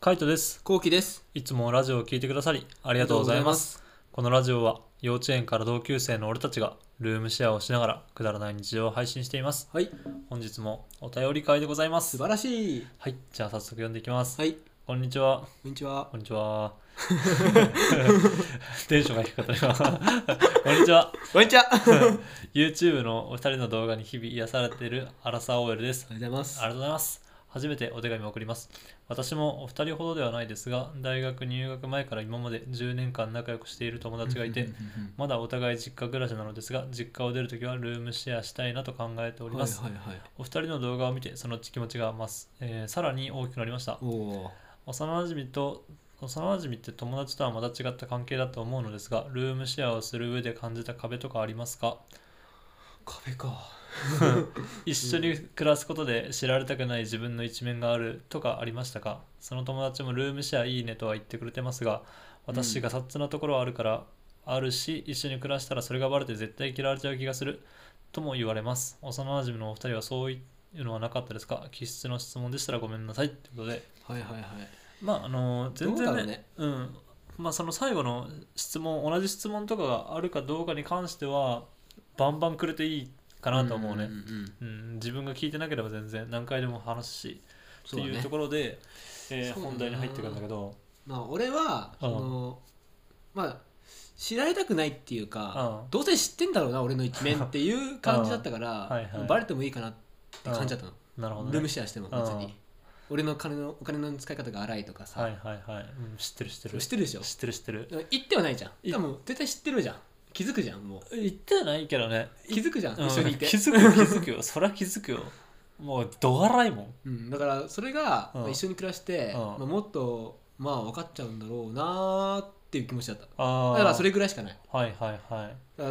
カイトです。こうきです。いつもラジオを聞いてくださりあありがとうございます。。このラジオは幼稚園から同級生の俺たちがルームシェアをしながらくだらない日常を配信しています。はい、本日もお便り会でございま素す。晴らしい。はい、じゃあ早速読んでいきます。はい、ここんにちは。んにちは。こんにち は。テンションが低かった今。こんにちは。こんにちは。ありがと YouTube のお二人の動画に日々癒されているアラサー OL です。うございますありがとうございます。初めてお手紙を送ります。私もお二人ほどではないですが、大学入学前から今まで10年間仲良くしている友達がいて、まだお互い実家暮らしなのですが、実家を出るときはルームシェアしたいなと考えております。はいはいはい。お二人の動画を見て、その気持ちが増す、えーさらに大きくなりました。おお。幼馴染と幼馴染って友達とはまた違った関係だと思うのですが、ルームシェアをする上で感じた壁とかありますか壁か。一緒に暮らすことで知られたくない自分の一面があるとかありましたかその友達もルームシェアいいねとは言ってくれてますが私がさっつなところはあるから、あるし一緒に暮らしたらそれがバレて絶対嫌われちゃう気がするとも言われます幼馴染のお二人はそういうのはなかったですか気質の質問でしたらごめんなさいってことではいはいはい。まああの全ど然うだねろううねんまあその最後の質問同じ質問とかがあるかどうかに関してはバンバンくれていいかなと思うね、んんんうん、自分が聞いてなければ全然何回でも話すし、ってそうだいうねと。ころで、えーそうだ本な題に入ってくるんだけどまあ俺はそのまあ知られたくないっていうかう、んどうせ知ってんだろうな俺の一面っていう感じだったかうん はいらはい、バレてもいいかなって感じだったの。なるほど、ね、ルームシェアしても別うんに。俺の金のお金の使い方が荒いとかはさい、はいはい、うん、知ってる知ってる知ってるでしょ。知ってる知ってる言ってはないじゃんいでも絶対知ってるじゃん気づくじゃんもう言ってはないけどね気づくじゃんうん一緒にいて、気づくよ気づくよそりゃ気づくよもうどがらいもんうん、だからそれが、うんまあ一緒に暮らして、うんまあ、もっとまあ分かっちゃうんだろうなーっていう気持ちだったああだからそれぐらいしかないはいはいはいだから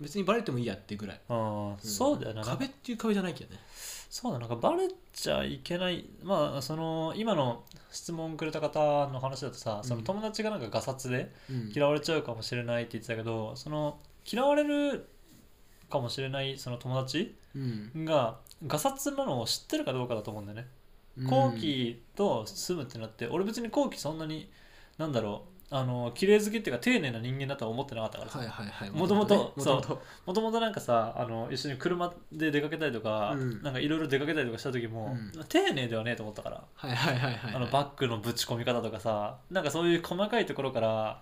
別にバレてもいいやっていうぐらい、あーそうだよななんか壁っていう壁じゃないけどねそうだなんかバレちゃいけないまあその今の質問くれた方の話だとさ、その友達がなんかガサツで、うん嫌われちゃうかもしれないって言ってたけどその嫌われるかもしれないその友達うんがガサツなのを知ってるかどうかだと思うんだよね。後期と住むってなって俺別に後期そんなになんだろうあの綺麗好きっていうか丁寧な人間だとは思ってなかったからはいはいはいもともともともともともとなんかさあの一緒に車で出かけたりとか、うんなんかいろいろ出かけたりとかした時も、うん丁寧ではねえと思ったからはいはいはいはいあのバッグのぶち込み方とかさなんかそういう細かいところからあ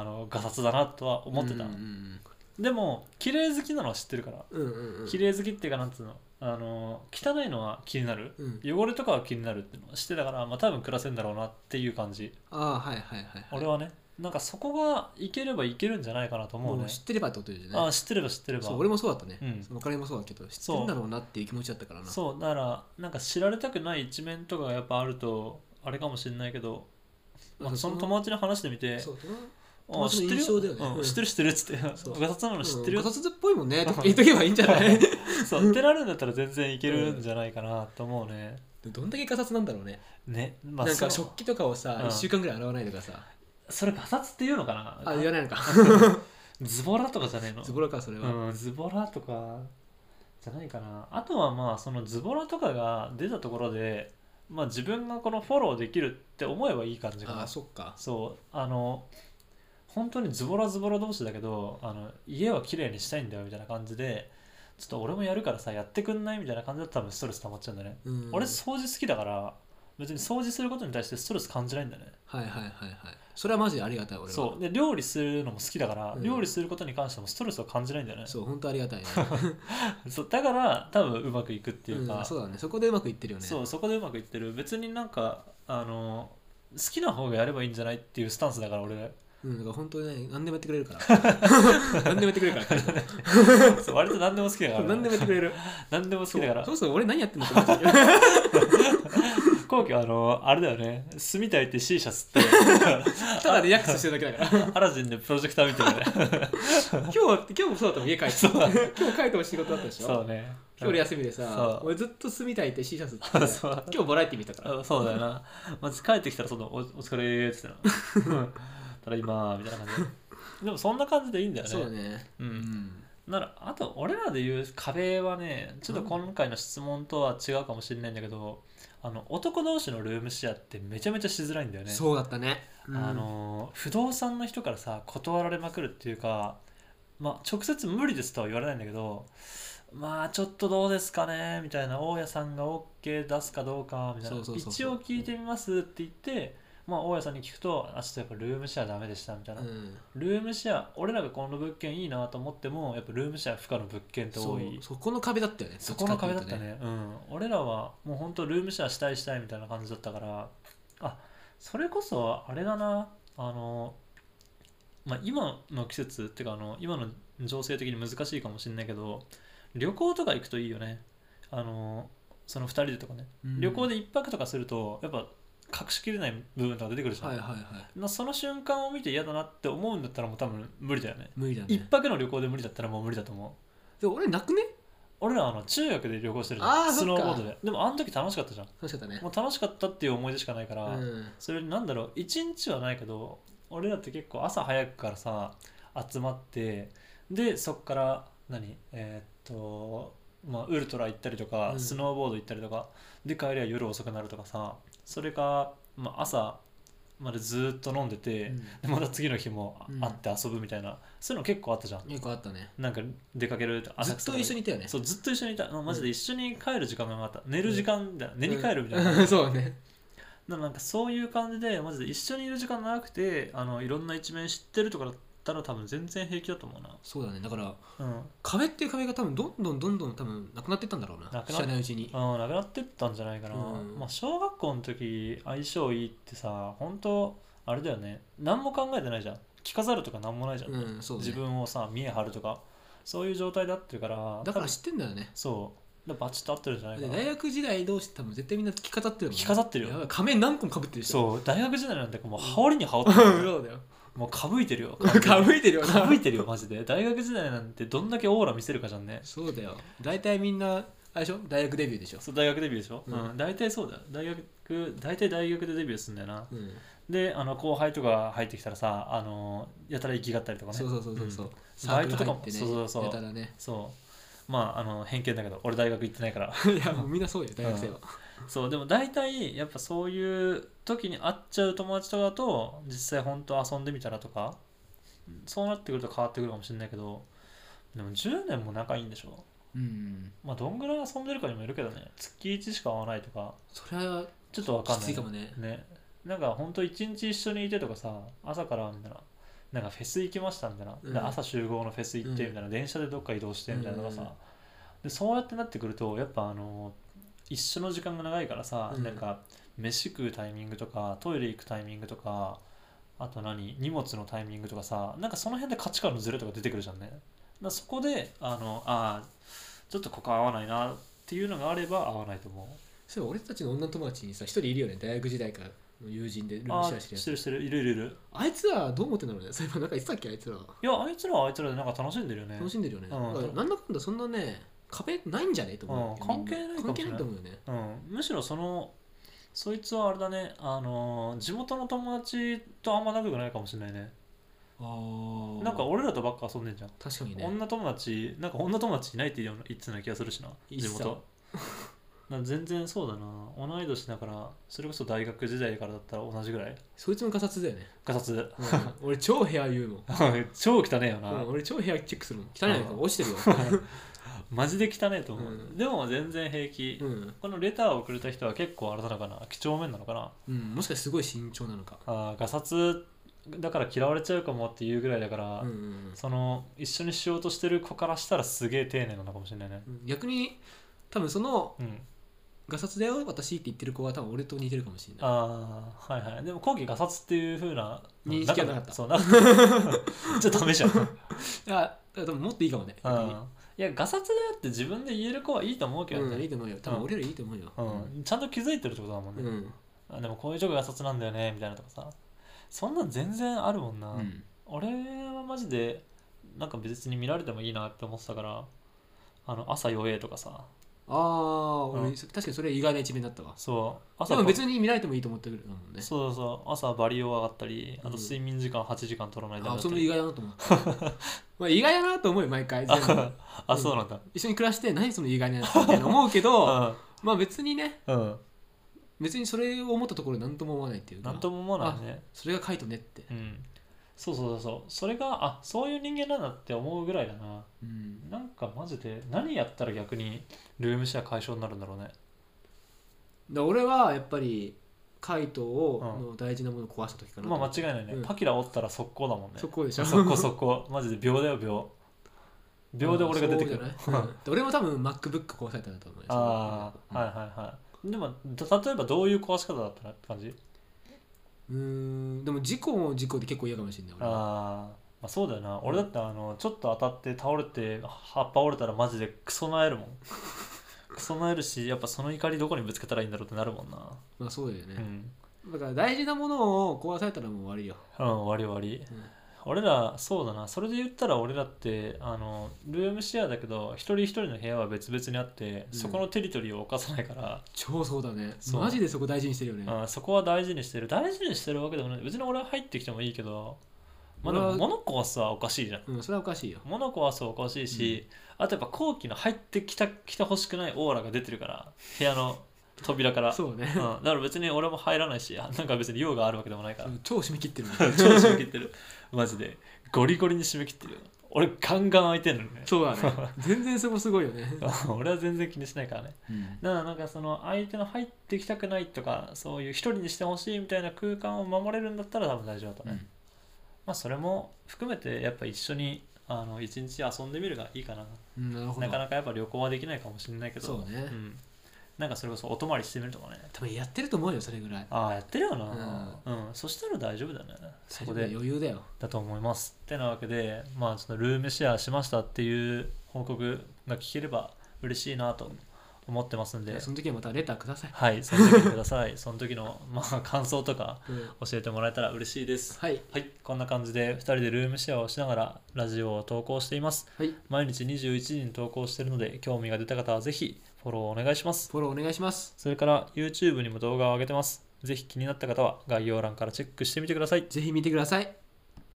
あのガサツだなとは思ってた、うんでも綺麗好きなのは知ってるからうんうんうんうん綺麗好きっていうかなんつうのあの汚いのは気になるうん汚れとかは気になるっていうのは知ってたから、まあ、多分暮らせるんだろうなっていう感じああはいはいはいはい俺はねなんかそこがいければいけるんじゃないかなと思うねもう知ってればってことですよねあ知ってれば知ってればそう俺もそうだったね、うんそのお金もそうだけど知ってんだろうなっていう気持ちだったからなそうだからなんか知られたくない一面とかがやっぱあるとあれかもしれないけど、まあ、その友達に話してみてそうあ知ってる友達の印象だよねうんうん知ってる知ってるっつってそうガサツなの知ってるうよんガサツっぽいもんねとか言っとけばいいんじゃ ないそうってなるんだったら全然いけるんじゃないかなと思うね、どんだけガサツなんだろうね、ねまあなんかそう食器とかをさ、うん1週間ぐらい洗わないとかさそれガサツっていうのかなあ言わないの かズボラとかじゃねえのズボラかそれは、うん、ズボラとかじゃないかなあとはまあそのズボラとかが出たところで、まあ、自分がこのフォローできるって思えばいい感じかあなあそっかそうあの本当にズボラズボラ同士だけどあの家は綺麗にしたいんだよみたいな感じでちょっと俺もやるからさやってくんないみたいな感じだったら多分ストレス溜まっちゃうんだね、うん俺掃除好きだから別に掃除することに対してストレス感じないんだねはいはいはいはいそれはマジでありがたい俺はそうで料理するのも好きだから、うん料理することに関してもストレスを感じないんだよねそう本当ありがたいね、そうだから多分うまくいくっていうか、うんそうだねそこでうまくいってるよねそうそこでうまくいってる別になんかあの好きな方がやればいいんじゃないっていうスタンスだから俺うん、だから本当にね何でもやってくれるから 何でもやってくれるから彼はそう割と何でも好きだから、何でもやってくれる何でも好きだからそうそう俺何やってんのって思ってたけど後期はあのあれだよね住みたいって C シャツって ただリラックスしてるだけだからアラジンでプロジェクターみたいなね 今日は今日もそうだったもん家帰ってそう今日帰っても仕事だったでしょそうね今日俺休みでさそう俺ずっと住みたいって C シャツ着て てそう今日バラエティ見たからあそうだよなまず帰ってきたらそのおお疲れーっつって なうんただ今みたいな感じででもそんな感じでいいんだよねそうだねううんんならあと俺らで言う壁はねちょっと今回の質問とは違うかもしれないんだけど、あの男同士のルームシェアってめちゃめちゃしづらいんだよねそうだったね、うんあの不動産の人からさ断られまくるっていうかまあ直接無理ですとは言われないんだけどまあちょっとどうですかねみたいな大家さんが OK 出すかどうかみたいなそうそうそう一そう応聞いてみますって言って、まあ、大家さんに聞くとあちょっとやっぱルームシェアダメでしたみたいな、うんルームシェア俺らがこの物件いいなと思ってもやっぱルームシェア不可の物件ってそ多ういそこの壁だったよねそこの壁だどっちたかねていううん俺らはもう本当ルームシェアしたいしたいみたいな感じだったからあそれこそあれだなあのまあ今の季節っていうかあの今の情勢的に難しいかもしれないけど旅行とか行くといいよねあのその2人でとかね、とね、うん旅行で1泊とかするとやっぱ隠しきれない部分とか出てくるじゃん、はいはいはいなその瞬間を見て嫌だなって思うんだったらもう多分無理だよね無理だ一ね泊の旅行で無理だったらもう無理だと思うでも俺なくね俺らあの中学で旅行してるじあゃーんスノーボそーっドででもあの時楽しかったじゃん楽しかったねもう楽しかったっていう思い出しかないから、うんそれなんだろう一日はないけど俺らって結構朝早くからさ集まってでそっから何えーっとまあウルトラ行ったりとか、うんスノーボード行ったりとかで帰りは夜遅くなるとかさそれか、まあ、朝までずーっと飲んでて、うんでまた次の日もうん会って遊ぶみたいな、そういうの結構あったじゃんよくあったねなんか出かけるず浅っ草と一緒にいたよねそうずっと一緒にいたマジでうん一緒に帰る時間がなかった寝る時間だ、寝に帰るみたいな、 うん そうねななんかそういう感じでマジで一緒にいる時間長くてあのいろんな一面知ってるとかだったら多分全然平気だと思うそうだねだからなうん壁っていう壁が多分どんどんどんどん多分なくなってったんだろうななくなっ知らないうちにあなくなってったんじゃないかな、うんまあ、小学校の時相性いいってさ本当あれだよね何も考えてないじゃん着飾るとか何もないじゃん、うんそうだね自分をさ見え張るとかそういう状態だってるからだか多ら分知ってんだよねそうだからバチッと合ってるんじゃないかでな大学時代同士って多分絶対みんな着飾ってるもんね着飾ってるやよばい仮面何個もかぶってるでしょそう大学時代なんてもう羽織に羽織うんってるよ そうだよもうかぶいてるよ かぶいてるよなかぶいてるよマジで大学時代なんてどんだけオーラ見せるかじゃんねそうだよ大体みんなあれでしょ大学デビューでしょそう大学デビューでしょ、うんうん、大体そうだよ大学大体大学でデビューするんだよなうんであの後輩とか入ってきたらさあのやたら行きがったりとかねそうそうそうそうそううんサークル入っバイトとてねかもそうそうそうやたらねそうまああの偏見だけど俺大学行ってないから いやもうみんなそうよ大学生はそうでも大体やっぱそういう時に会っちゃう友達とかだと実際本当遊んでみたらとかそうなってくると変わってくるかもしれないけどでも10年も仲いいんでしょうんまあどんぐらい遊んでるかにもよるけどね月1しか会わないとかそれはちょっとわかんきないついかもねねなんかほんと一日一緒にいてとかさ朝からみたいななんかフェス行きましたみたいな、うんで朝集合のフェス行ってみたいな、電車でどっか移動してみたいなとかさ、うんうんでそうやってなってくるとやっぱあの一緒の時間が長いからさ、うんなんか飯食うタイミングとかトイレ行くタイミングとかあと何荷物のタイミングとかさなんかその辺で価値観のズレとか出てくるじゃんねだからそこであのあーちょっとここ合わないなっていうのがあれば合わないと思うそういえば俺たちの女友達にさ一人いるよね大学時代からの友人でルームあシェアーししててるるやしてつるいるいるいるあいつらどう思ってんだろうねそういえばなんか言ってたっけあいつらいやあいつらはあいつらでなんか楽しんでるよね楽しんでるよね、うんだからなんだかんだそんなね壁ないんじゃねえと思うよ、うん関係ないかもしれない関係ないと思うよねうん、むしろそのそいつはあれだねあのー地元の友達とあんま仲良くないかもしれないねあなんか俺らとばっか遊んでんじゃん、確かにね女友達なんか女友達いないって言ってたような気がするしないっ地そ元なんか全然そうだな同い年だからそれこそ大学時代からだったら同じぐらいそいつもガサツだよ ね、ガサツうん俺超部屋言うもん、超汚ねえよな、うん俺超部屋チェックするもん汚いのかうん落ちてるよ、 マジで汚ねえと思う、うんでも全然平気、うんこのレターをくれた人は結構あれなのかな几帳面なのかなうん、もしかしてすごい慎重なのか、あーガサツだから嫌われちゃうかもっていうぐらいだから、うんうんその一緒にしようとしてる子からしたらすげえ丁寧なのかもしれないねうん、逆に多分そのうんガサツだよ私って言ってる子は多分俺と似てるかもしれないああはいはいでも後期ガサツっていう風な認識はなかったそうなか ったじゃあダメじゃん あだから多分もっといいかもね逆にあーいやガサツだよって自分で言える子はいいと思うけどうん、いねい、と思うよ多分俺よりいいと思うようんちゃんと気づいてるってことだもんうね、んあでもこういうとこガサツなんだよねみたいなとかさそんなん全然あるもんな、うん俺はマジでなんか別に見られてもいいなって思ってたからあの朝弱えとかさああ、う俺ん確かにそれ意外な一面だったわそうで朝も別にに見られてもいいと思ってくるもんねそうそうそう朝バリオ上がったりあうとん睡眠時間8時間取らないとダあメだそっれたも意り外だなと思ったまあ意外だなと思うよ 毎回全部ああそうなんだ 一緒に暮らして何その意外なやつみたいな思うけどうまあ別にねんうん別にそれを思ったところで何とも思わないっていうかなんとも思わないねそれがカイトねって、うんそうそうそうそうそれがあそういう人間なんだって思うぐらいだなうん、なんかマジで何やったら逆にルームシェア解消になるんだろうねだ俺はやっぱりカイトを、うんの大事なものを壊した時かなとまあ間違いないね、うんパキラおったら速攻だもんねそこでしょ 速攻速攻マジで秒だよ秒秒で俺が出てくる、うんそうじゃないうんで俺も多分 MacBook 壊されたんだと思うよああ、はいはいはいでもた例えばどういう壊し方だったらって感じうーんでも事故も事故で結構嫌かもしれないあー、俺はまあそうだよな俺だってあのちょっと当たって倒れて葉っぱ折れたらマジでクソなえ るもんクソなえるしやっぱその怒りどこにぶつけたらいいんだろうってなるもんなまあそうだようね、んだから大事なものを壊されたらもう終わりよ、うん割り割りうん俺らそうだなそれで言ったら俺らってあのルームシェアだけど一人一人の部屋は別々にあってうんそこのテリトリーを犯さないから、超そうだねそうマジでそこ大事にしてるよね、うんそこは大事にしてる大事にしてるわけでもない別に俺は入ってきてもいいけどまあで俺もはモノコはさおかしいじゃんうん、それはおかしいよモノコはそうおかしいし、あとやっぱ後期の入ってきた来てほしくないオーラが出てるから部屋の扉からそうねう、ん、だから別に俺も入らないしあなんか別に用があるわけでもないから超締め切ってるもん超締め切ってるマジでゴリゴリに締め切ってるよ俺ガンガン開いてんのにねそうだね全然そこすごいよね、 俺は全然気にしないからねだからなんかその相手の入ってきたくないとかそういう一人にしてほしいみたいな空間を守れるんだったら多分大丈夫だと思う、うんまあそれも含めてやっぱ一緒にあの一日遊んでみるがいいかなうん、なるほどなかなかやっぱ旅行はできないかもしれないけどそうねん、なんかそれこそお泊まりしてみるとかね多分やってると思うよそれぐらいああやってるよなうん、そしたら大丈夫だねそこで余裕だよだと思いますってなわけでまあちょっとルームシェアしましたっていう報告が聞ければ嬉しいなと思ってますんでその時はまたレターください、はいその時にくださいその時のまあ感想とかうん教えてもらえたら嬉しいですはいはいこんな感じで2人でルームシェアをしながらラジオを投稿していますはい毎日21時に投稿してるので興味が出た方はぜひフォローお願いしますフォローお願いしますそれから YouTube にも動画を上げてますぜひ気になった方は概要欄からチェックしてみてくださいぜひ見てください